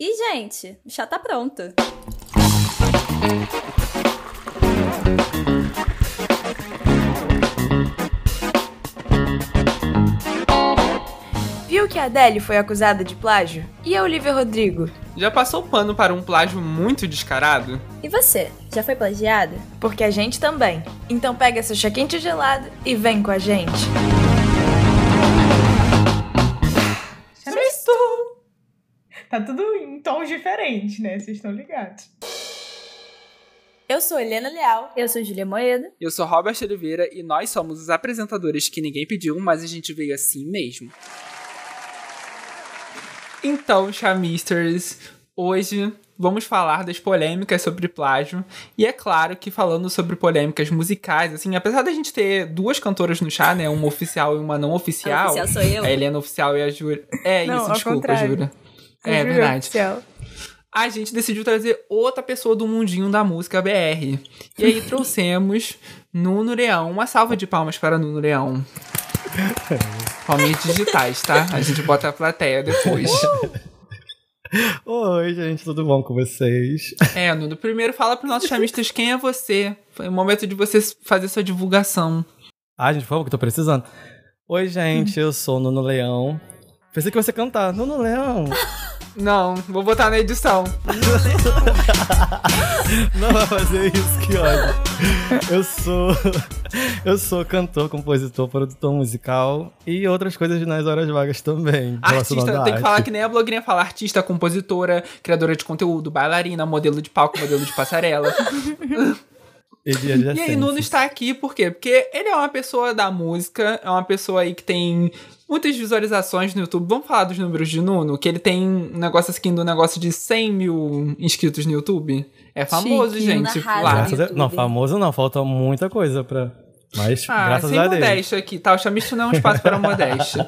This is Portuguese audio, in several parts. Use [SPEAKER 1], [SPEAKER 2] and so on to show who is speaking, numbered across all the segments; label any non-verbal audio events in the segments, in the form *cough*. [SPEAKER 1] E, gente, o chá tá pronto.
[SPEAKER 2] Viu que a Adele foi acusada de plágio? E a Olivia Rodrigo?
[SPEAKER 3] Já passou pano para um plágio muito descarado?
[SPEAKER 1] E você, já foi plagiado?
[SPEAKER 2] Porque a gente também. Então pega seu chá quente ou gelado e vem com a gente.
[SPEAKER 4] Sextou! Tá tudo em tons diferentes, né? Vocês estão ligados.
[SPEAKER 2] Eu sou Helena Leal.
[SPEAKER 1] Eu sou Julia Moeda.
[SPEAKER 3] Eu sou Robert Oliveira e nós somos os apresentadores que ninguém pediu, mas a gente veio assim mesmo. Então, chamisters, hoje vamos falar das polêmicas sobre plágio. E é claro que falando sobre polêmicas musicais, assim, apesar da gente ter duas cantoras no chá, né? Uma oficial e uma não
[SPEAKER 1] A
[SPEAKER 3] oficial.
[SPEAKER 1] É oficial sou eu.
[SPEAKER 3] A Helena oficial e a Júlia. É
[SPEAKER 4] Não,
[SPEAKER 3] isso,
[SPEAKER 4] ao
[SPEAKER 3] desculpa,
[SPEAKER 4] contrário.
[SPEAKER 3] Júlia. É
[SPEAKER 4] Juro,
[SPEAKER 3] verdade.
[SPEAKER 4] céu.
[SPEAKER 3] A gente decidiu trazer outra pessoa do mundinho da música BR. E aí trouxemos Nuno Leão. Uma salva de palmas para Nuno Leão. Palminhas digitais, tá? A gente bota a plateia depois.
[SPEAKER 5] Oi, gente, tudo bom com vocês?
[SPEAKER 3] É, Nuno, primeiro fala para nossos chamistas quem é você. Foi o momento de você fazer sua divulgação.
[SPEAKER 5] *laughs* Ah, gente, por favor, que eu tô precisando. Oi, gente, eu sou o Nuno Leão. Pensei que você ia cantar, Nuno Leão.
[SPEAKER 3] Não, vou botar na edição.
[SPEAKER 5] *laughs* Não vai fazer isso, que ódio. Eu sou. *laughs* Eu sou cantor, compositor, produtor musical e outras coisas nas horas vagas também.
[SPEAKER 3] Artista,
[SPEAKER 5] relacionado
[SPEAKER 3] tem
[SPEAKER 5] à
[SPEAKER 3] que
[SPEAKER 5] arte.
[SPEAKER 3] falar que nem a blogueirinha fala. Artista, compositora, criadora de conteúdo, bailarina, modelo de palco, modelo de passarela.
[SPEAKER 5] E,
[SPEAKER 3] E aí, Nuno está aqui por quê? Porque ele é uma pessoa da música, é uma pessoa aí que tem muitas visualizações no YouTube. Vamos falar dos números de Nuno? Que ele tem um negócio assim, do negócio de 100 mil inscritos no YouTube. É famoso,
[SPEAKER 1] Chique, Nuno
[SPEAKER 3] gente.
[SPEAKER 1] arrasa.
[SPEAKER 3] Lá.
[SPEAKER 5] Graças a... Não,
[SPEAKER 1] YouTube.
[SPEAKER 5] famoso não, falta muita coisa pra. Mas
[SPEAKER 3] Ah,
[SPEAKER 5] graças
[SPEAKER 3] sem
[SPEAKER 5] a Deus.
[SPEAKER 3] modéstia aqui, tá? O chamisto não é um espaço para
[SPEAKER 5] *laughs*
[SPEAKER 3] modéstia.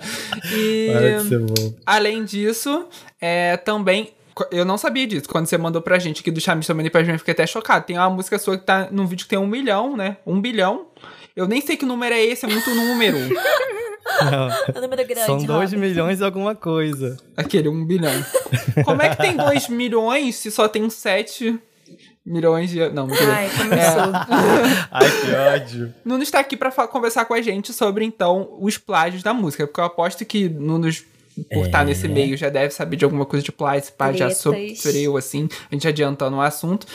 [SPEAKER 3] E...
[SPEAKER 5] Para de ser bom.
[SPEAKER 3] *laughs* Além disso, é, também. Eu não sabia disso. Quando você mandou pra gente aqui do Chamista Mani pra gente, eu fiquei até chocado. Tem uma música sua que tá num vídeo que tem um milhão, né? Um bilhão. Eu nem sei que número é esse, é muito número.
[SPEAKER 5] Não.
[SPEAKER 1] O número grande,
[SPEAKER 5] São 2
[SPEAKER 1] Robert.
[SPEAKER 5] milhões e alguma coisa.
[SPEAKER 3] Aquele um bilhão. Como é que tem 2 milhões se só tem 7 milhões de. Não, mentira.
[SPEAKER 2] Ai, começou.
[SPEAKER 5] Ai, que ódio.
[SPEAKER 3] Nuno está aqui para conversar com a gente sobre, então, os plágios da música. Porque eu aposto que Nuno, por estar nesse meio, já deve saber de alguma coisa de plágio. Esse pá já
[SPEAKER 1] Tretas.
[SPEAKER 3] sofreu, assim, a gente adiantando o assunto.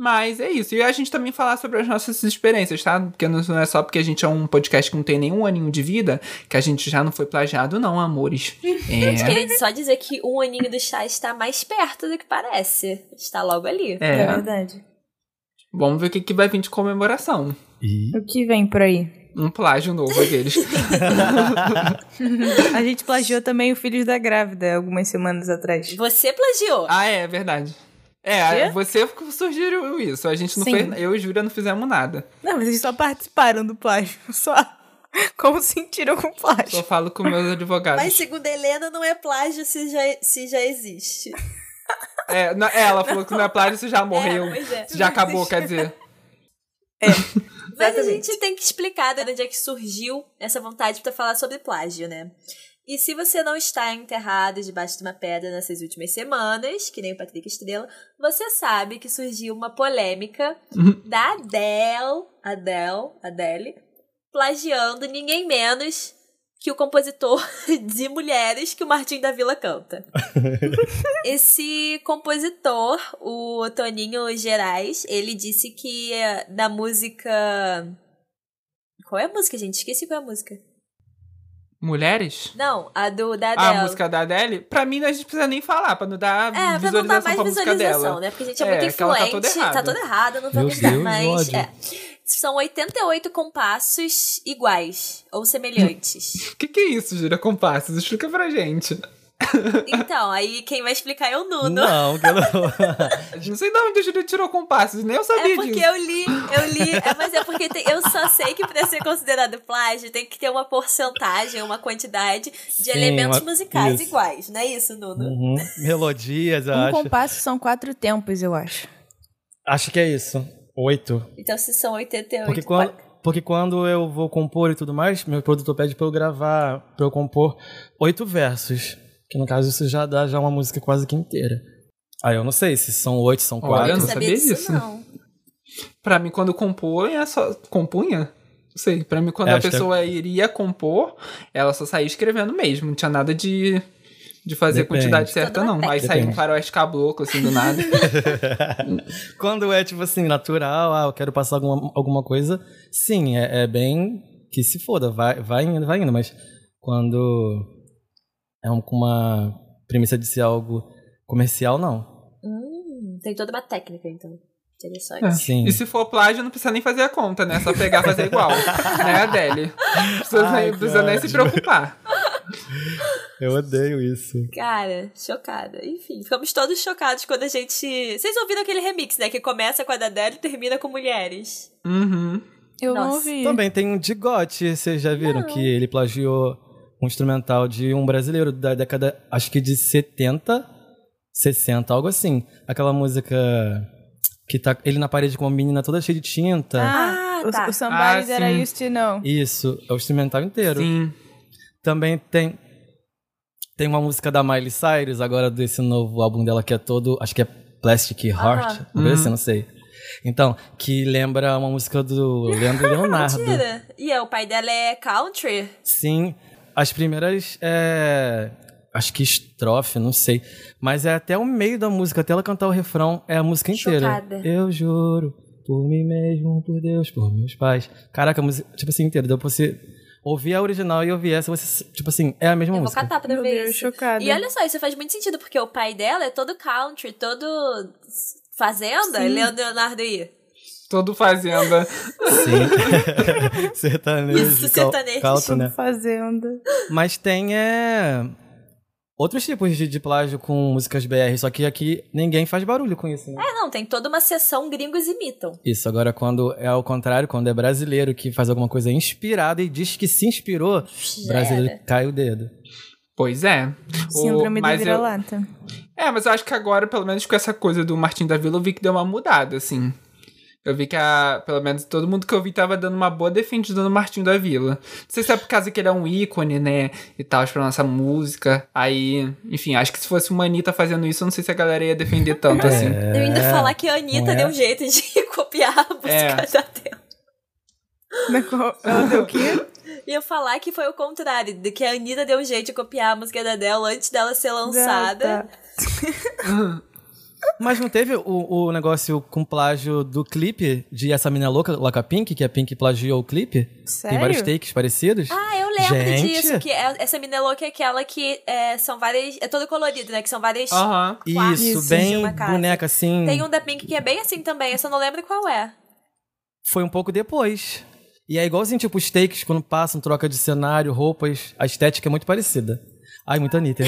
[SPEAKER 3] Mas é isso. E a gente também falar sobre as nossas experiências, tá? Porque não não é só porque a gente é um podcast que não tem nenhum aninho de vida que a gente já não foi plagiado, não, amores.
[SPEAKER 1] Gente,
[SPEAKER 3] É.
[SPEAKER 1] queria só dizer que um aninho do chá está mais perto do que parece. Está logo ali.
[SPEAKER 2] É
[SPEAKER 3] É.
[SPEAKER 2] verdade.
[SPEAKER 3] Vamos ver o que, que vai vir de comemoração.
[SPEAKER 5] Ih.
[SPEAKER 2] O que vem por aí?
[SPEAKER 3] Um plágio novo, aqueles.
[SPEAKER 2] *laughs* A gente plagiou também o Filhos da Grávida algumas semanas atrás.
[SPEAKER 1] Você plagiou.
[SPEAKER 3] Ah, é, verdade. É,
[SPEAKER 2] Quê?
[SPEAKER 3] você que sugeriu isso. A gente não
[SPEAKER 2] Sim.
[SPEAKER 3] fez. Eu e Júlia não fizemos nada.
[SPEAKER 2] Não, mas eles só participaram do plágio. *laughs* Só consentiram com o
[SPEAKER 3] Só
[SPEAKER 2] plágio.
[SPEAKER 3] falo com meus advogados.
[SPEAKER 6] Mas segundo Helena, não é plágio se já, se já existe.
[SPEAKER 3] É, na- é, ela falou que não é plágio, você já morreu.
[SPEAKER 1] É, pois é.
[SPEAKER 3] Você já acabou, quer dizer.
[SPEAKER 1] Mas a
[SPEAKER 2] Exatamente.
[SPEAKER 1] gente tem que explicar de onde é que surgiu essa vontade pra falar sobre plágio, né? E se você não está enterrado debaixo de uma pedra nessas últimas semanas, que nem o Patrick Estrela, você sabe que surgiu uma polêmica da Adele, Adele, Adele, plagiando ninguém menos que o compositor *laughs* de Mulheres que o Martim da Vila canta. Esse compositor, o Toninho Gerais, ele disse que eh, da música. Qual é a música, gente? Esqueci qual é a música.
[SPEAKER 3] Mulheres?
[SPEAKER 1] Não, a do da
[SPEAKER 3] Ah,
[SPEAKER 1] Adele.
[SPEAKER 3] a música da Adele? Pra mim, a gente precisa nem falar, pra não dar
[SPEAKER 1] É, pra
[SPEAKER 3] visualização
[SPEAKER 1] não dar mais
[SPEAKER 3] pra música
[SPEAKER 1] visualização,
[SPEAKER 3] dela.
[SPEAKER 1] né? Porque a gente é,
[SPEAKER 3] É,
[SPEAKER 1] muito
[SPEAKER 3] que ela tá
[SPEAKER 1] influente,
[SPEAKER 3] toda errada.
[SPEAKER 1] toda errada, não vou
[SPEAKER 5] Meu
[SPEAKER 1] aguentar,
[SPEAKER 5] Deus,
[SPEAKER 1] mas
[SPEAKER 5] ódio.
[SPEAKER 1] é. São 88 compassos iguais ou semelhantes.
[SPEAKER 5] *laughs*
[SPEAKER 3] O que, que é isso, Júlia Compassos? Explica pra gente.
[SPEAKER 1] então, aí quem vai explicar é o
[SPEAKER 5] *laughs*
[SPEAKER 1] Nuno.
[SPEAKER 5] Não, que eu não.
[SPEAKER 3] Não sei de onde a Júlia tirou compassos, nem eu sabia
[SPEAKER 1] É porque
[SPEAKER 3] disso.
[SPEAKER 1] eu li, eu
[SPEAKER 3] *laughs*
[SPEAKER 1] li, é, mas é porque tem- eu só sei que pra ser considerado plágio tem que ter uma porcentagem, uma quantidade de
[SPEAKER 5] Sim,
[SPEAKER 1] elementos
[SPEAKER 5] uma-
[SPEAKER 1] musicais
[SPEAKER 5] isso.
[SPEAKER 1] iguais, não é isso, Nuno?
[SPEAKER 5] Uhum. Melodias, eu
[SPEAKER 2] Um
[SPEAKER 5] acho.
[SPEAKER 2] compasso são quatro tempos, eu acho.
[SPEAKER 5] Acho que é isso. Oito.
[SPEAKER 1] Então se são 88.
[SPEAKER 5] Porque quando, porque quando eu vou compor e tudo mais, meu produtor pede pra eu gravar, pra eu compor oito versos. Que no caso isso já dá já uma música quase que inteira. Ah, eu não sei se são oito, são
[SPEAKER 3] Olha,
[SPEAKER 5] quatro.
[SPEAKER 3] eu não sabia disso.
[SPEAKER 1] não.
[SPEAKER 3] Pra mim, quando compunha, só. Compunha? Não sei. Pra mim, quando
[SPEAKER 5] É,
[SPEAKER 3] a
[SPEAKER 5] acho que
[SPEAKER 3] pessoa iria compor, ela só saía escrevendo mesmo. Não tinha nada de. De fazer a
[SPEAKER 5] Depende.
[SPEAKER 3] quantidade certa,
[SPEAKER 1] Toda uma
[SPEAKER 3] não. Aí saía um
[SPEAKER 5] Depende.
[SPEAKER 3] faroeste caboclo, assim, do nada.
[SPEAKER 5] Quando é, tipo assim, natural, ah, eu quero passar alguma, alguma coisa, sim, é, é bem que se foda, vai, vai indo, vai indo, mas quando é um- com uma premissa de ser algo comercial, não.
[SPEAKER 1] Hum, tem toda uma técnica, então. Interessante.
[SPEAKER 3] É.
[SPEAKER 5] Sim.
[SPEAKER 3] E se for plágio, não precisa nem fazer a conta, né? Só pegar e fazer igual. né, Adele? Precisa,
[SPEAKER 5] Ai,
[SPEAKER 3] nem-
[SPEAKER 5] que
[SPEAKER 3] precisa nem se
[SPEAKER 5] ódio.
[SPEAKER 3] preocupar.
[SPEAKER 5] Eu odeio isso.
[SPEAKER 3] É.
[SPEAKER 1] Cara, chocada. Enfim, ficamos todos chocados quando a gente. Vocês ouviram aquele remix, né? Que começa com a Dadela e termina com mulheres.
[SPEAKER 3] Uhum.
[SPEAKER 2] Eu não
[SPEAKER 1] Nossa.
[SPEAKER 2] ouvi.
[SPEAKER 5] Também tem um de Gotti, vocês já viram que ele plagiou um instrumental de um brasileiro da década, acho que de 70, 60, algo assim. Aquela música que tá ele na parede com uma menina toda cheia de tinta.
[SPEAKER 2] Ah,
[SPEAKER 1] Ah,
[SPEAKER 2] o,
[SPEAKER 1] tá.
[SPEAKER 2] o Somebody
[SPEAKER 3] né? Ah,
[SPEAKER 2] That I
[SPEAKER 3] sim.
[SPEAKER 2] Used To Know.
[SPEAKER 5] Isso, é o instrumental inteiro.
[SPEAKER 3] Sim.
[SPEAKER 5] Também tem tem uma música da Miley Cyrus, agora desse novo álbum dela que é todo, acho que é Plastic Heart,
[SPEAKER 1] Aham.
[SPEAKER 5] talvez,
[SPEAKER 3] Uhum.
[SPEAKER 5] eu não sei. Então, que lembra uma música do Leandro Leonardo.
[SPEAKER 1] Mentira. E é, o pai dela é country.
[SPEAKER 5] Sim, as primeiras, é, acho que estrofe, não sei, mas é até o meio da música, até ela cantar o refrão, é a música inteira.
[SPEAKER 1] Chocada.
[SPEAKER 5] Eu juro por mim mesmo, por Deus, por meus pais. Caraca, a música, tipo assim, inteira, deu pra você ouvir a original e ouvir essa, você, tipo assim, é a mesma
[SPEAKER 1] Eu vou
[SPEAKER 5] música.
[SPEAKER 1] catar pra
[SPEAKER 2] Meu
[SPEAKER 1] ver
[SPEAKER 2] Deus,
[SPEAKER 1] isso.
[SPEAKER 2] chocada.
[SPEAKER 1] E olha só, isso faz muito sentido, porque o pai dela é todo country, todo fazenda,
[SPEAKER 2] Sim.
[SPEAKER 1] Leonardo É, e
[SPEAKER 3] Todo
[SPEAKER 1] *laughs*
[SPEAKER 3] fazenda.
[SPEAKER 5] Sim. *laughs* sertanejo.
[SPEAKER 1] Isso,
[SPEAKER 5] cal-
[SPEAKER 1] sertanejo.
[SPEAKER 5] Calto,
[SPEAKER 2] Tudo
[SPEAKER 5] né?
[SPEAKER 2] Fazenda.
[SPEAKER 5] Mas tem é, outros tipos de, de plágio com músicas BR, só que aqui ninguém faz barulho com isso, né?
[SPEAKER 1] É, não, tem toda uma sessão gringos imitam.
[SPEAKER 5] Isso, agora quando é ao contrário, quando é brasileiro que faz alguma coisa inspirada e diz que se inspirou, brasileiro cai o dedo.
[SPEAKER 1] Tipo
[SPEAKER 3] Pois é. O-
[SPEAKER 2] Síndrome da
[SPEAKER 3] mas eu-
[SPEAKER 2] vira-lata.
[SPEAKER 3] É, mas eu acho que agora, pelo menos com essa coisa do Martin da Vila, eu vi que deu uma mudada, assim. Eu vi que a, pelo menos todo mundo que eu vi tava dando uma boa defendida no Martin da Vila. Não sei se é por causa que ele é um ícone, né? E tal, pra nossa música. Aí, enfim, acho que se fosse uma Anitta fazendo isso, eu não sei se a galera ia defender tanto
[SPEAKER 5] É.
[SPEAKER 3] assim.
[SPEAKER 1] Eu ainda falar que a Anitta
[SPEAKER 5] não é?
[SPEAKER 1] deu um jeito de *laughs* copiar a música
[SPEAKER 3] É.
[SPEAKER 1] da dela.
[SPEAKER 2] Na qual- Ela deu o quê?
[SPEAKER 1] E eu falar que foi o contrário, de que a Anitta deu um jeito de copiar a música da dela antes dela ser lançada.
[SPEAKER 2] Data.
[SPEAKER 5] Mas não teve o, o negócio com plágio do clipe de Essa Mina Louca, lá com a Pink, que a Pink plagiou o clipe? Tem vários
[SPEAKER 2] Sério?
[SPEAKER 5] takes parecidos?
[SPEAKER 1] Ah, eu lembro
[SPEAKER 5] Gente.
[SPEAKER 1] disso, que é- essa mina louca é aquela que é, são várias. É toda colorida, né? Que são várias.
[SPEAKER 3] Aham.
[SPEAKER 5] Ah, Isso,
[SPEAKER 1] Isso, de
[SPEAKER 5] bem
[SPEAKER 1] uma casa.
[SPEAKER 5] boneca
[SPEAKER 3] Hum.
[SPEAKER 5] assim.
[SPEAKER 1] Tem um da Pink que é bem assim também, eu só não lembro qual é.
[SPEAKER 5] Foi um pouco depois. E é igualzinho, tipo, os takes, quando passam, troca de cenário, roupas, a estética é muito parecida. Ai, muito Anitta.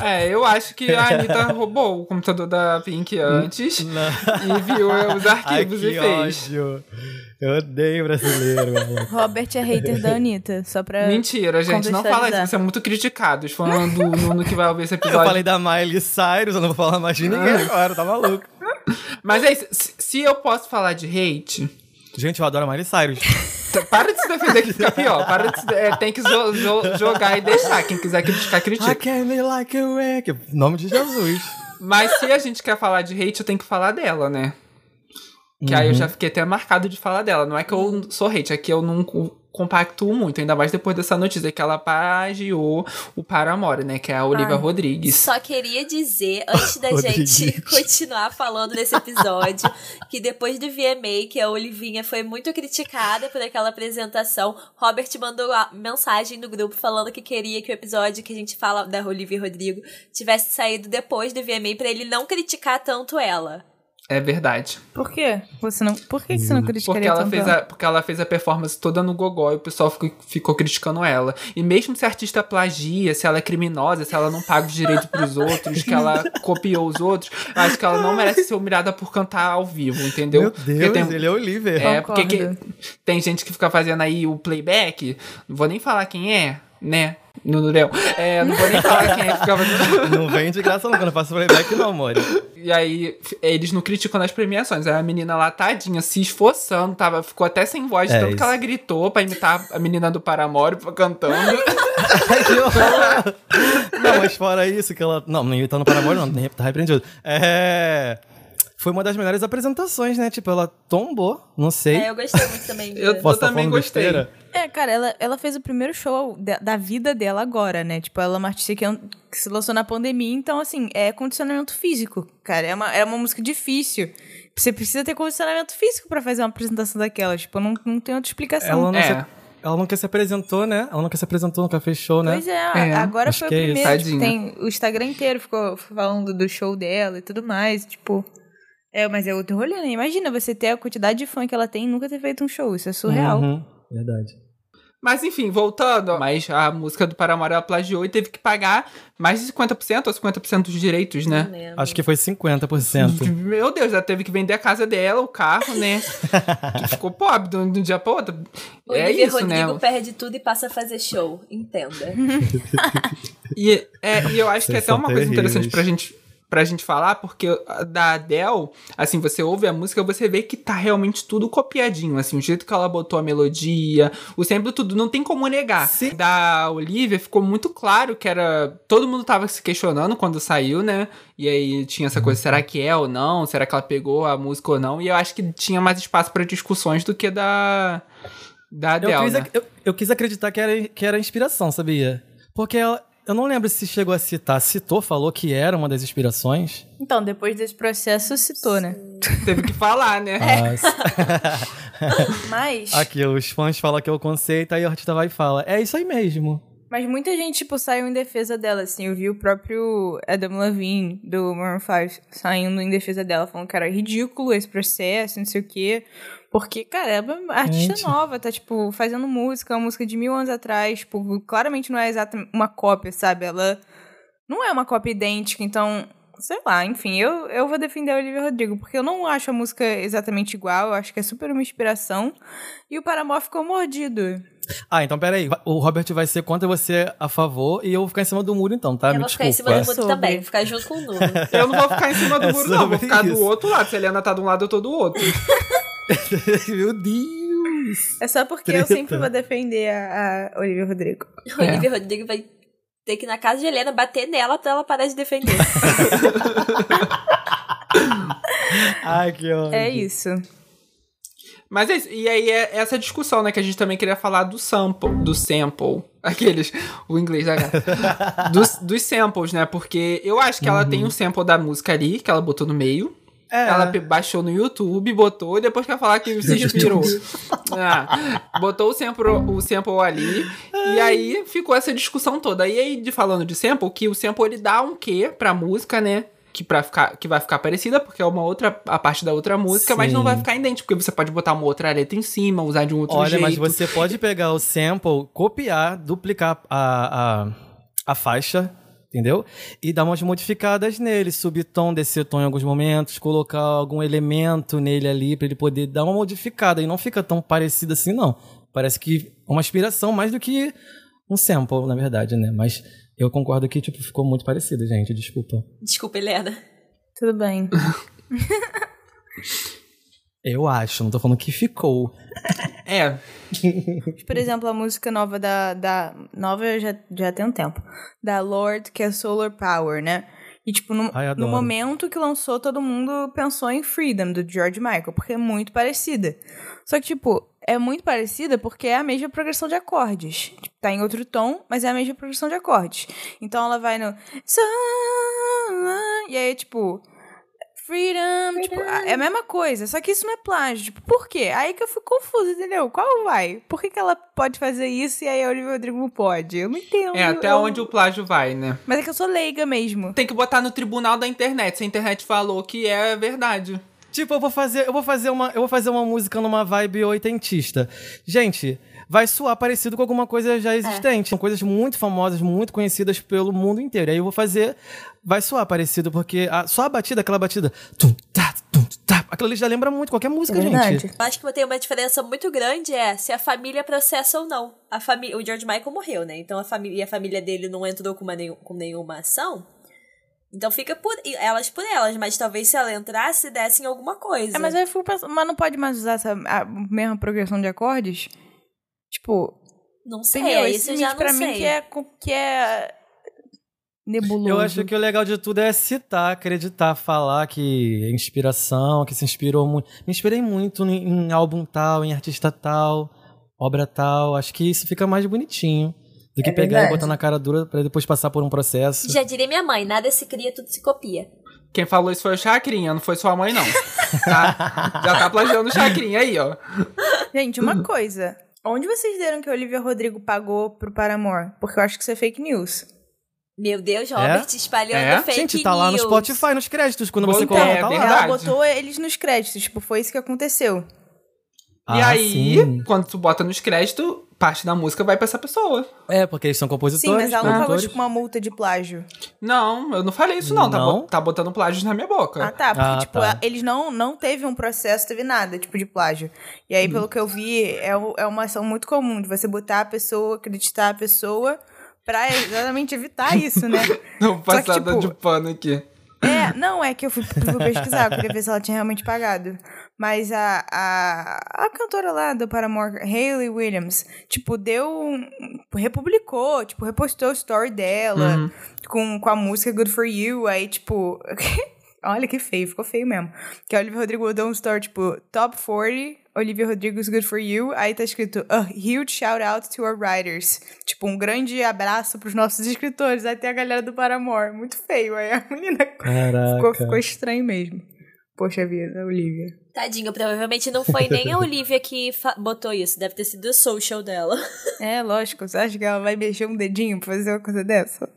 [SPEAKER 3] É, eu acho que a Anitta roubou o computador da Pink antes
[SPEAKER 5] Hum,
[SPEAKER 3] e viu né,
[SPEAKER 5] *laughs*
[SPEAKER 3] os arquivos e fez.
[SPEAKER 5] Eu odeio brasileiro,
[SPEAKER 3] *laughs*
[SPEAKER 2] Robert é hater da Anitta, só pra...
[SPEAKER 3] Mentira, gente, não fala isso,
[SPEAKER 2] contextualizar.
[SPEAKER 3] você é muito criticado. Os fãs do Nuno que vai Ah. ouvir esse
[SPEAKER 5] *laughs* Eu
[SPEAKER 3] episódio.
[SPEAKER 5] falei da Miley Cyrus, eu não vou falar mais de ninguém agora, tá maluco.
[SPEAKER 3] Mas é isso, se, se eu posso falar de hate,
[SPEAKER 5] Gente, eu adoro a Miley Cyrus.
[SPEAKER 3] t- para de se defender que fica pior. Para de se, é, tem que zo- zo- jogar e deixar. Quem quiser criticar,
[SPEAKER 5] I
[SPEAKER 3] critica.
[SPEAKER 5] can't be like a wreck. Nome de Jesus.
[SPEAKER 3] *laughs* Mas se a gente quer falar de hate, eu tenho que falar dela, né? Que aí eu já fiquei até marcado de falar dela. Não é que eu sou hate, é que eu não co- compactuo muito, ainda mais depois dessa notícia que ela plagiou o Paramore, né? Que é a Olivia Rodrigues.
[SPEAKER 1] Só queria dizer, antes
[SPEAKER 3] *laughs*
[SPEAKER 1] da
[SPEAKER 5] Rodrigues.
[SPEAKER 1] gente *laughs* continuar falando desse episódio, que depois do VMA, que a Olivinha foi muito criticada por aquela apresentação, Robert mandou a mensagem no grupo falando que queria que o episódio que a gente fala da Olivia Rodrigo tivesse saído depois do VMA pra ele não criticar tanto ela.
[SPEAKER 3] É verdade.
[SPEAKER 2] Por quê? Você não... Por que é que você não
[SPEAKER 3] Porque
[SPEAKER 2] criticaria
[SPEAKER 3] ela,
[SPEAKER 2] tanto
[SPEAKER 3] fez a, porque ela fez a performance toda no gogó e o pessoal ficou, ficou criticando ela. E mesmo se a artista plagia, se ela é criminosa, se ela não paga os direitos pros outros, que
[SPEAKER 5] *laughs*
[SPEAKER 3] ela copiou os outros, eu acho que ela não merece ser humilhada por cantar ao vivo, entendeu?
[SPEAKER 5] Meu
[SPEAKER 3] Porque
[SPEAKER 5] Deus,
[SPEAKER 3] tem-
[SPEAKER 5] ele é Oliver.
[SPEAKER 3] é, porque que-
[SPEAKER 2] Concordo.
[SPEAKER 3] tem gente que fica fazendo aí o playback, não vou nem falar quem é, né? No Nurel. É, não vou nem falar quem é que ficava.
[SPEAKER 5] *laughs* Não vem de graça não, quando eu faço playback não, amor.
[SPEAKER 3] E aí, f- eles não criticam nas premiações. Aí a menina lá, tadinha, se esforçando, tava, ficou até sem voz, de
[SPEAKER 5] É
[SPEAKER 3] tanto que
[SPEAKER 5] isso.
[SPEAKER 3] ela gritou pra imitar a menina do Paramore *laughs* cantando.
[SPEAKER 5] Que horror. não, mas fora isso que ela... Não, não tá no Paramore não, nem- tá repreendido. É... Foi uma das melhores apresentações, né? Tipo, ela tombou, não sei.
[SPEAKER 1] É, eu gostei muito também.
[SPEAKER 3] *laughs* Eu-
[SPEAKER 1] Bia.
[SPEAKER 5] Posso estar
[SPEAKER 3] também
[SPEAKER 5] falando
[SPEAKER 3] gostei.
[SPEAKER 5] besteira?
[SPEAKER 2] É, cara, ela, ela fez o primeiro show da, da vida dela agora, né? Tipo, ela é uma artista que, an- que se lançou na pandemia, então, assim, é condicionamento físico, cara. É uma, é uma música difícil. Você precisa ter condicionamento físico pra fazer uma apresentação daquela. Tipo, não, não tem outra explicação.
[SPEAKER 5] Ela né? não,
[SPEAKER 3] É.
[SPEAKER 5] se, ela nunca se apresentou, né? Ela nunca se apresentou, nunca fez show, né?
[SPEAKER 2] Pois é, a-
[SPEAKER 3] É,
[SPEAKER 2] agora
[SPEAKER 5] acho
[SPEAKER 2] foi o
[SPEAKER 5] que é isso.
[SPEAKER 2] primeiro. tipo,
[SPEAKER 3] Tadinha.
[SPEAKER 2] tem o Instagram inteiro ficou falando do show dela e tudo mais. Tipo. É, mas é outro rolê, né? Imagina você ter a quantidade de fã que ela tem e nunca ter feito um show. Isso é surreal.
[SPEAKER 5] Uhum, Verdade.
[SPEAKER 3] Mas enfim, voltando. Mas a música do Paramore ela plagiou e teve que pagar mais de 50% ou 50% dos direitos,
[SPEAKER 1] Não
[SPEAKER 3] né?
[SPEAKER 1] lembro.
[SPEAKER 5] Acho que foi 50%.
[SPEAKER 3] Meu Deus, ela teve que vender a casa dela, o carro,
[SPEAKER 5] *laughs*
[SPEAKER 3] né? Que Ficou pobre de um de um dia pra outro. É
[SPEAKER 1] Olivia
[SPEAKER 3] isso,
[SPEAKER 1] Rodrigo
[SPEAKER 3] né?
[SPEAKER 1] perde tudo e passa a fazer show. Entenda.
[SPEAKER 3] E, é, e eu acho que é
[SPEAKER 5] Vocês
[SPEAKER 3] até uma coisa
[SPEAKER 5] são terríveis.
[SPEAKER 3] interessante pra gente, pra gente falar, porque a da Adele, assim, você ouve a música, você vê que tá realmente tudo copiadinho, assim, o jeito que ela botou a melodia, o sempre tudo, não tem como negar.
[SPEAKER 5] Sim.
[SPEAKER 3] Da Olivia ficou muito claro que era. Todo mundo tava se questionando quando saiu, né? E aí tinha essa coisa, será que é ou não? Será que ela pegou a música ou não? E eu acho que tinha mais espaço pra discussões do que da. Da Adele.
[SPEAKER 5] Eu quis,
[SPEAKER 3] né?
[SPEAKER 5] ac- eu, eu quis acreditar que era, que era inspiração, sabia? Porque ela- eu não lembro se chegou a citar. Citou, falou que era uma das inspirações.
[SPEAKER 2] Então, depois desse processo, citou, né?
[SPEAKER 3] Teve que falar,
[SPEAKER 1] É.
[SPEAKER 5] Ah,
[SPEAKER 3] né?
[SPEAKER 5] Mas-
[SPEAKER 2] Mas.
[SPEAKER 5] Aqui, os fãs falam que é o conceito, aí o artista vai e fala. É isso aí mesmo.
[SPEAKER 2] Mas muita gente, tipo, saiu em defesa dela, assim. Eu vi o próprio Adam Levine, do Maroon 5, saindo em defesa dela, falando que era ridículo esse processo, não sei o quê. Porque, cara, ela é uma artista
[SPEAKER 5] Gente.
[SPEAKER 2] nova, tá, tipo, fazendo música, uma música de mil anos atrás. Tipo, claramente não é exata uma cópia, sabe? Ela não é uma cópia idêntica, então... Sei lá, enfim, eu, eu vou defender a Olivia Rodrigo, porque eu não acho a música exatamente igual, eu acho que é super uma inspiração. E o Paramore ficou mordido.
[SPEAKER 5] Ah, então peraí. va- O Robert vai ser contra você a favor e eu vou ficar em cima do muro então,
[SPEAKER 3] Ah,
[SPEAKER 5] tá?
[SPEAKER 1] eu
[SPEAKER 5] Me
[SPEAKER 1] vou ficar
[SPEAKER 5] desculpa.
[SPEAKER 1] em cima do mundo
[SPEAKER 2] Sobre.
[SPEAKER 1] também, vou ficar junto com o
[SPEAKER 3] *laughs*
[SPEAKER 1] Nuno.
[SPEAKER 3] Eu não vou ficar em cima do
[SPEAKER 5] É
[SPEAKER 3] muro, não. Vou
[SPEAKER 5] sobre
[SPEAKER 3] ficar do
[SPEAKER 5] isso.
[SPEAKER 3] outro lado. Se a Helena tá de um lado, eu tô do outro.
[SPEAKER 5] *laughs* Meu Deus.
[SPEAKER 2] É só porque eu
[SPEAKER 5] Treta.
[SPEAKER 2] sempre vou defender a, a Olivia Rodrigo.
[SPEAKER 1] *laughs* O
[SPEAKER 2] É.
[SPEAKER 1] Olivia Rodrigo vai ter que ir na casa de Helena bater nela pra ela parar de
[SPEAKER 2] *laughs*
[SPEAKER 1] defender.
[SPEAKER 5] Ai, que ódio.
[SPEAKER 2] É isso.
[SPEAKER 3] Mas é isso. E aí é essa discussão, né? Que a gente também queria falar do sample. Do sample. Aqueles. O inglês da gata. dos, dos samples, né? Porque eu acho que ela
[SPEAKER 5] Uhum.
[SPEAKER 3] tem um sample da música ali, que ela botou no meio.
[SPEAKER 5] É.
[SPEAKER 3] Ela pe- baixou no YouTube, botou, e depois quer falar que se inspirou. Ah, botou o sample, o sample ali, e aí ficou essa discussão toda. E aí, de, falando de sample, que o sample ele dá um quê pra música, né? Que, pra ficar, que vai ficar parecida, porque é uma outra, a parte da outra música, mas não
[SPEAKER 5] Sim.
[SPEAKER 3] vai ficar idêntico, porque você pode botar uma outra letra em cima, usar de um outro
[SPEAKER 5] Olha,
[SPEAKER 3] jeito.
[SPEAKER 5] mas você pode pegar o sample, copiar, duplicar a, a, a faixa, entendeu? E dar umas modificadas nele, subir tom, descer tom em alguns momentos, colocar algum elemento nele ali pra ele poder dar uma modificada. E não fica tão parecido assim, não. Parece que é uma inspiração mais do que um sample, na verdade, né? Mas eu concordo que, tipo, ficou muito parecido, gente. Desculpa.
[SPEAKER 1] Desculpa, Helena.
[SPEAKER 2] Tudo bem.
[SPEAKER 5] Eu acho, não tô falando que ficou.
[SPEAKER 3] É,
[SPEAKER 2] Por exemplo, a música nova da. da nova já, já tem um tempo. Da Lord, que é Solar Power, né? E, tipo, no,
[SPEAKER 5] Ai, adoro.
[SPEAKER 2] no momento que lançou, todo mundo pensou em Freedom, do George Michael, porque é muito parecida. Só que, tipo, é muito parecida porque é a mesma progressão de acordes. Tipo, Tá em outro tom, mas é a mesma progressão de acordes. Então ela vai no. E aí, tipo. Freedom, tipo, a- é a mesma coisa, só que isso não é plágio. Tipo, por quê? Aí que eu fico confusa, entendeu? Qual vai? Por que, que ela pode fazer isso e aí a Olivia Rodrigo não pode? Eu não entendo.
[SPEAKER 3] é até
[SPEAKER 2] eu-
[SPEAKER 3] onde o plágio vai, né?
[SPEAKER 2] Mas é que eu sou leiga mesmo.
[SPEAKER 3] Tem que botar no tribunal da internet, se a internet falou que é verdade.
[SPEAKER 5] Tipo, eu vou fazer, eu vou fazer uma, eu vou fazer uma música numa vibe oitentista. Gente, vai soar parecido com alguma coisa já existente. São coisas muito famosas, muito conhecidas pelo mundo inteiro. E aí eu vou fazer, vai soar parecido porque a, só a batida, aquela batida, tum tá, tum tá, Aquilo ali já lembra muito qualquer música,
[SPEAKER 2] é verdade.
[SPEAKER 5] gente.
[SPEAKER 1] Eu acho que tem uma diferença muito grande é se a família processa ou não. A família, o George Michael morreu, né? Então a família, e a família dele não entrou com, uma nenhum- com nenhuma ação. Então fica por e- elas por elas, mas talvez se ela entrasse dessem alguma coisa.
[SPEAKER 2] É, mas aí eu fico pensando, mas não pode mais usar essa a mesma progressão de acordes? Tipo,
[SPEAKER 1] não sei, é
[SPEAKER 2] entendeu?
[SPEAKER 1] isso
[SPEAKER 2] Esse
[SPEAKER 1] eu
[SPEAKER 2] limite
[SPEAKER 1] já
[SPEAKER 2] pra
[SPEAKER 1] não sei.
[SPEAKER 2] mim que é, co- que é nebuloso.
[SPEAKER 5] Eu acho que o legal de tudo é citar, acreditar, falar que é inspiração, que se inspirou muito. Me inspirei muito em, em álbum tal, em artista tal, obra tal. Acho que isso fica mais bonitinho do que
[SPEAKER 4] É
[SPEAKER 5] pegar e
[SPEAKER 4] verdade.
[SPEAKER 5] botar na cara dura pra depois passar por um processo.
[SPEAKER 1] Já diria minha mãe, nada se cria, tudo se copia.
[SPEAKER 3] Quem falou isso foi o Chacrinha, não foi sua mãe, não. Tá? Já tá plagiando o Chacrinha aí, ó.
[SPEAKER 2] Gente, uma coisa. Onde vocês deram que a Olivia Rodrigo pagou pro Paramore? Porque eu acho que isso é fake news.
[SPEAKER 1] Meu Deus, Robert espalhando
[SPEAKER 3] É?
[SPEAKER 1] fake
[SPEAKER 5] gente, tá lá no
[SPEAKER 1] news.
[SPEAKER 5] Spotify, nos créditos, quando você
[SPEAKER 3] Bom,
[SPEAKER 5] coloca,
[SPEAKER 3] é,
[SPEAKER 5] tá lá.
[SPEAKER 3] verdade.
[SPEAKER 2] Então, Ela botou eles nos créditos, tipo, foi isso que aconteceu.
[SPEAKER 3] e
[SPEAKER 5] Ah,
[SPEAKER 3] aí,
[SPEAKER 5] sim.
[SPEAKER 3] quando tu bota nos créditos, parte da música vai pra essa pessoa.
[SPEAKER 5] É, porque eles são compositores,
[SPEAKER 2] Sim, mas ela não pagou,
[SPEAKER 5] produtores.
[SPEAKER 2] tipo, uma multa de plágio.
[SPEAKER 3] Não, eu não falei isso, não. Tá,
[SPEAKER 5] Não?
[SPEAKER 3] bo- tá botando plágios na minha boca.
[SPEAKER 2] Ah, tá. Porque,
[SPEAKER 5] Ah,
[SPEAKER 2] tipo,
[SPEAKER 5] tá.
[SPEAKER 2] a- eles não, não teve um processo, teve nada, tipo, de plágio. E aí, pelo que eu vi, é, o- é uma ação muito comum de você botar a pessoa, acreditar a pessoa, pra *laughs* exatamente evitar isso, né?
[SPEAKER 3] Não,
[SPEAKER 2] só que,
[SPEAKER 3] passada
[SPEAKER 2] tipo,
[SPEAKER 3] de pano aqui.
[SPEAKER 2] É, não, é que eu fui, fui pesquisar, eu queria ver se ela tinha realmente pagado. Mas a, a, a cantora lá do Paramore, Hayley Williams, tipo, deu. um- republicou, tipo, repostou o story dela
[SPEAKER 3] Uhum.
[SPEAKER 2] com, com a música Good For You. Aí, tipo. *laughs* olha que feio, ficou feio mesmo. Que a Olivia Rodrigo deu um story, tipo, Top 40, Olivia Rodrigo's Good For You. Aí tá escrito, A huge shout out to our writers. Tipo, um grande abraço pros nossos escritores. Aí tem a galera do Paramore. Muito feio. Aí a *laughs* menina Ficou,
[SPEAKER 5] Caraca.
[SPEAKER 2] ficou estranho mesmo. Poxa vida, Olivia.
[SPEAKER 1] Tadinho, provavelmente não foi nem
[SPEAKER 5] *laughs*
[SPEAKER 1] a Olivia que fa- botou isso, deve ter sido o social dela.
[SPEAKER 2] É, lógico. Você acha que ela vai mexer um dedinho pra fazer uma coisa dessa?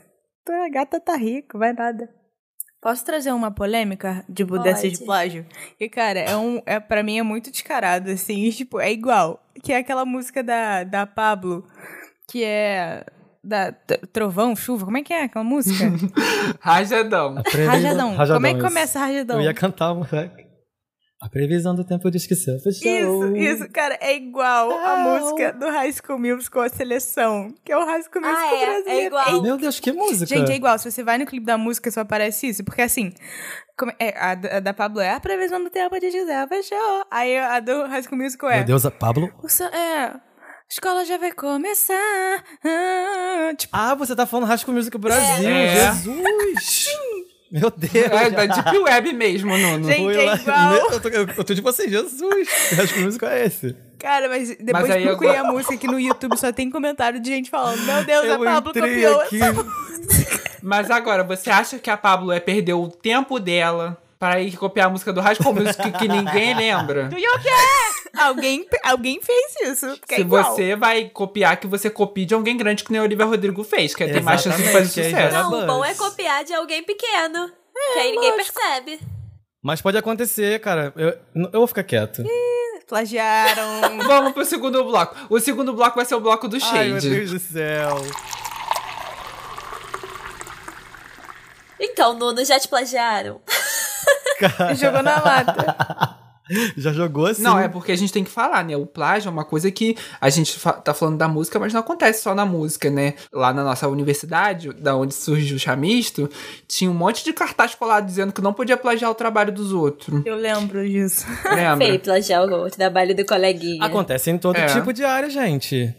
[SPEAKER 2] Tá, A gata tá rica, vai nada. Posso trazer uma polêmica de mudança de
[SPEAKER 1] Pode.
[SPEAKER 2] plágio? Que, cara, é um, é, pra mim é muito descarado, assim. e, tipo, é igual. Que é aquela música da, da Pablo, que é... Da t- Trovão, Chuva, como é que é aquela
[SPEAKER 5] *laughs*
[SPEAKER 2] música?
[SPEAKER 3] Rajadão.
[SPEAKER 2] Rajadão. Como é que
[SPEAKER 5] isso.
[SPEAKER 2] começa Rajadão?
[SPEAKER 5] Eu ia cantar, moleque. A previsão do tempo diz que céu fechou.
[SPEAKER 2] Isso, isso, cara, é igual a música do High School Musical, a seleção, que é o High School
[SPEAKER 1] Ah,
[SPEAKER 2] Musical
[SPEAKER 1] é? É
[SPEAKER 2] brasileiro.
[SPEAKER 1] igual.
[SPEAKER 5] Meu Deus, que música.
[SPEAKER 2] Gente, é igual, se você vai no clipe da música, só aparece isso, porque assim, como- é, a, da- a da Pablo é a previsão do tempo de José, fechou. Aí a do High School Musical é...
[SPEAKER 5] Meu Deus, a Pablo.
[SPEAKER 2] O sa- é, a escola já vai começar, ah, tipo,
[SPEAKER 5] Ah, você tá falando Rasco Music Brasil.
[SPEAKER 3] É.
[SPEAKER 5] Jesus. Meu Deus.
[SPEAKER 3] É da Deep
[SPEAKER 5] *laughs*
[SPEAKER 3] Web mesmo, Nuno.
[SPEAKER 2] Gente,
[SPEAKER 5] Fui
[SPEAKER 2] é
[SPEAKER 5] lá-
[SPEAKER 2] igual.
[SPEAKER 5] Eu tô, eu, eu tô tipo assim, Jesus. Que Rasco Music é esse?
[SPEAKER 2] cara, mas depois
[SPEAKER 3] aí
[SPEAKER 2] procurei
[SPEAKER 3] agora-
[SPEAKER 2] a música que no YouTube só tem comentário de gente falando, meu Deus, a
[SPEAKER 5] eu
[SPEAKER 2] Pablo
[SPEAKER 5] entrei
[SPEAKER 2] copiou
[SPEAKER 5] aqui.
[SPEAKER 2] essa
[SPEAKER 3] Mas agora, você acha que a Pablo é perder o tempo dela pra ir copiar a música do Rascal Music que, que ninguém lembra?
[SPEAKER 2] Alguém, alguém fez isso. Porque
[SPEAKER 3] Se
[SPEAKER 2] é igual.
[SPEAKER 3] você vai copiar, que você copie de alguém grande que nem a Olivia Rodrigo fez, que aí tem mais chance de fazer
[SPEAKER 5] Exatamente, que aí
[SPEAKER 3] sucesso.
[SPEAKER 5] já-
[SPEAKER 1] Não, o
[SPEAKER 5] Buzz.
[SPEAKER 1] bom é copiar de alguém pequeno. que aí ninguém percebe.
[SPEAKER 5] Mas pode acontecer, cara. Eu, eu vou ficar quieto.
[SPEAKER 2] Plagiaram.
[SPEAKER 3] Vamos pro segundo bloco. O segundo bloco vai ser o bloco do
[SPEAKER 5] Ai, meu
[SPEAKER 3] Shade.
[SPEAKER 5] Deus do céu.
[SPEAKER 1] Então, Nuno, já te plagiaram.
[SPEAKER 5] Cara,
[SPEAKER 2] Jogou na lata.
[SPEAKER 5] já jogou assim?
[SPEAKER 3] Não, é porque a gente tem que falar, né? O plágio é uma coisa que a gente fa- tá falando da música, mas não acontece só na música, né? Lá na nossa universidade, da onde surgiu o chamisto, tinha um monte de cartaz colado dizendo que não podia plagiar o trabalho dos
[SPEAKER 2] *laughs*
[SPEAKER 3] outros.
[SPEAKER 2] *laughs* Eu lembro disso.
[SPEAKER 1] Feio
[SPEAKER 3] Lembra?
[SPEAKER 1] plagiar o trabalho do coleguinha.
[SPEAKER 5] Ah, Acontece em todo
[SPEAKER 3] É.
[SPEAKER 5] tipo de área, gente.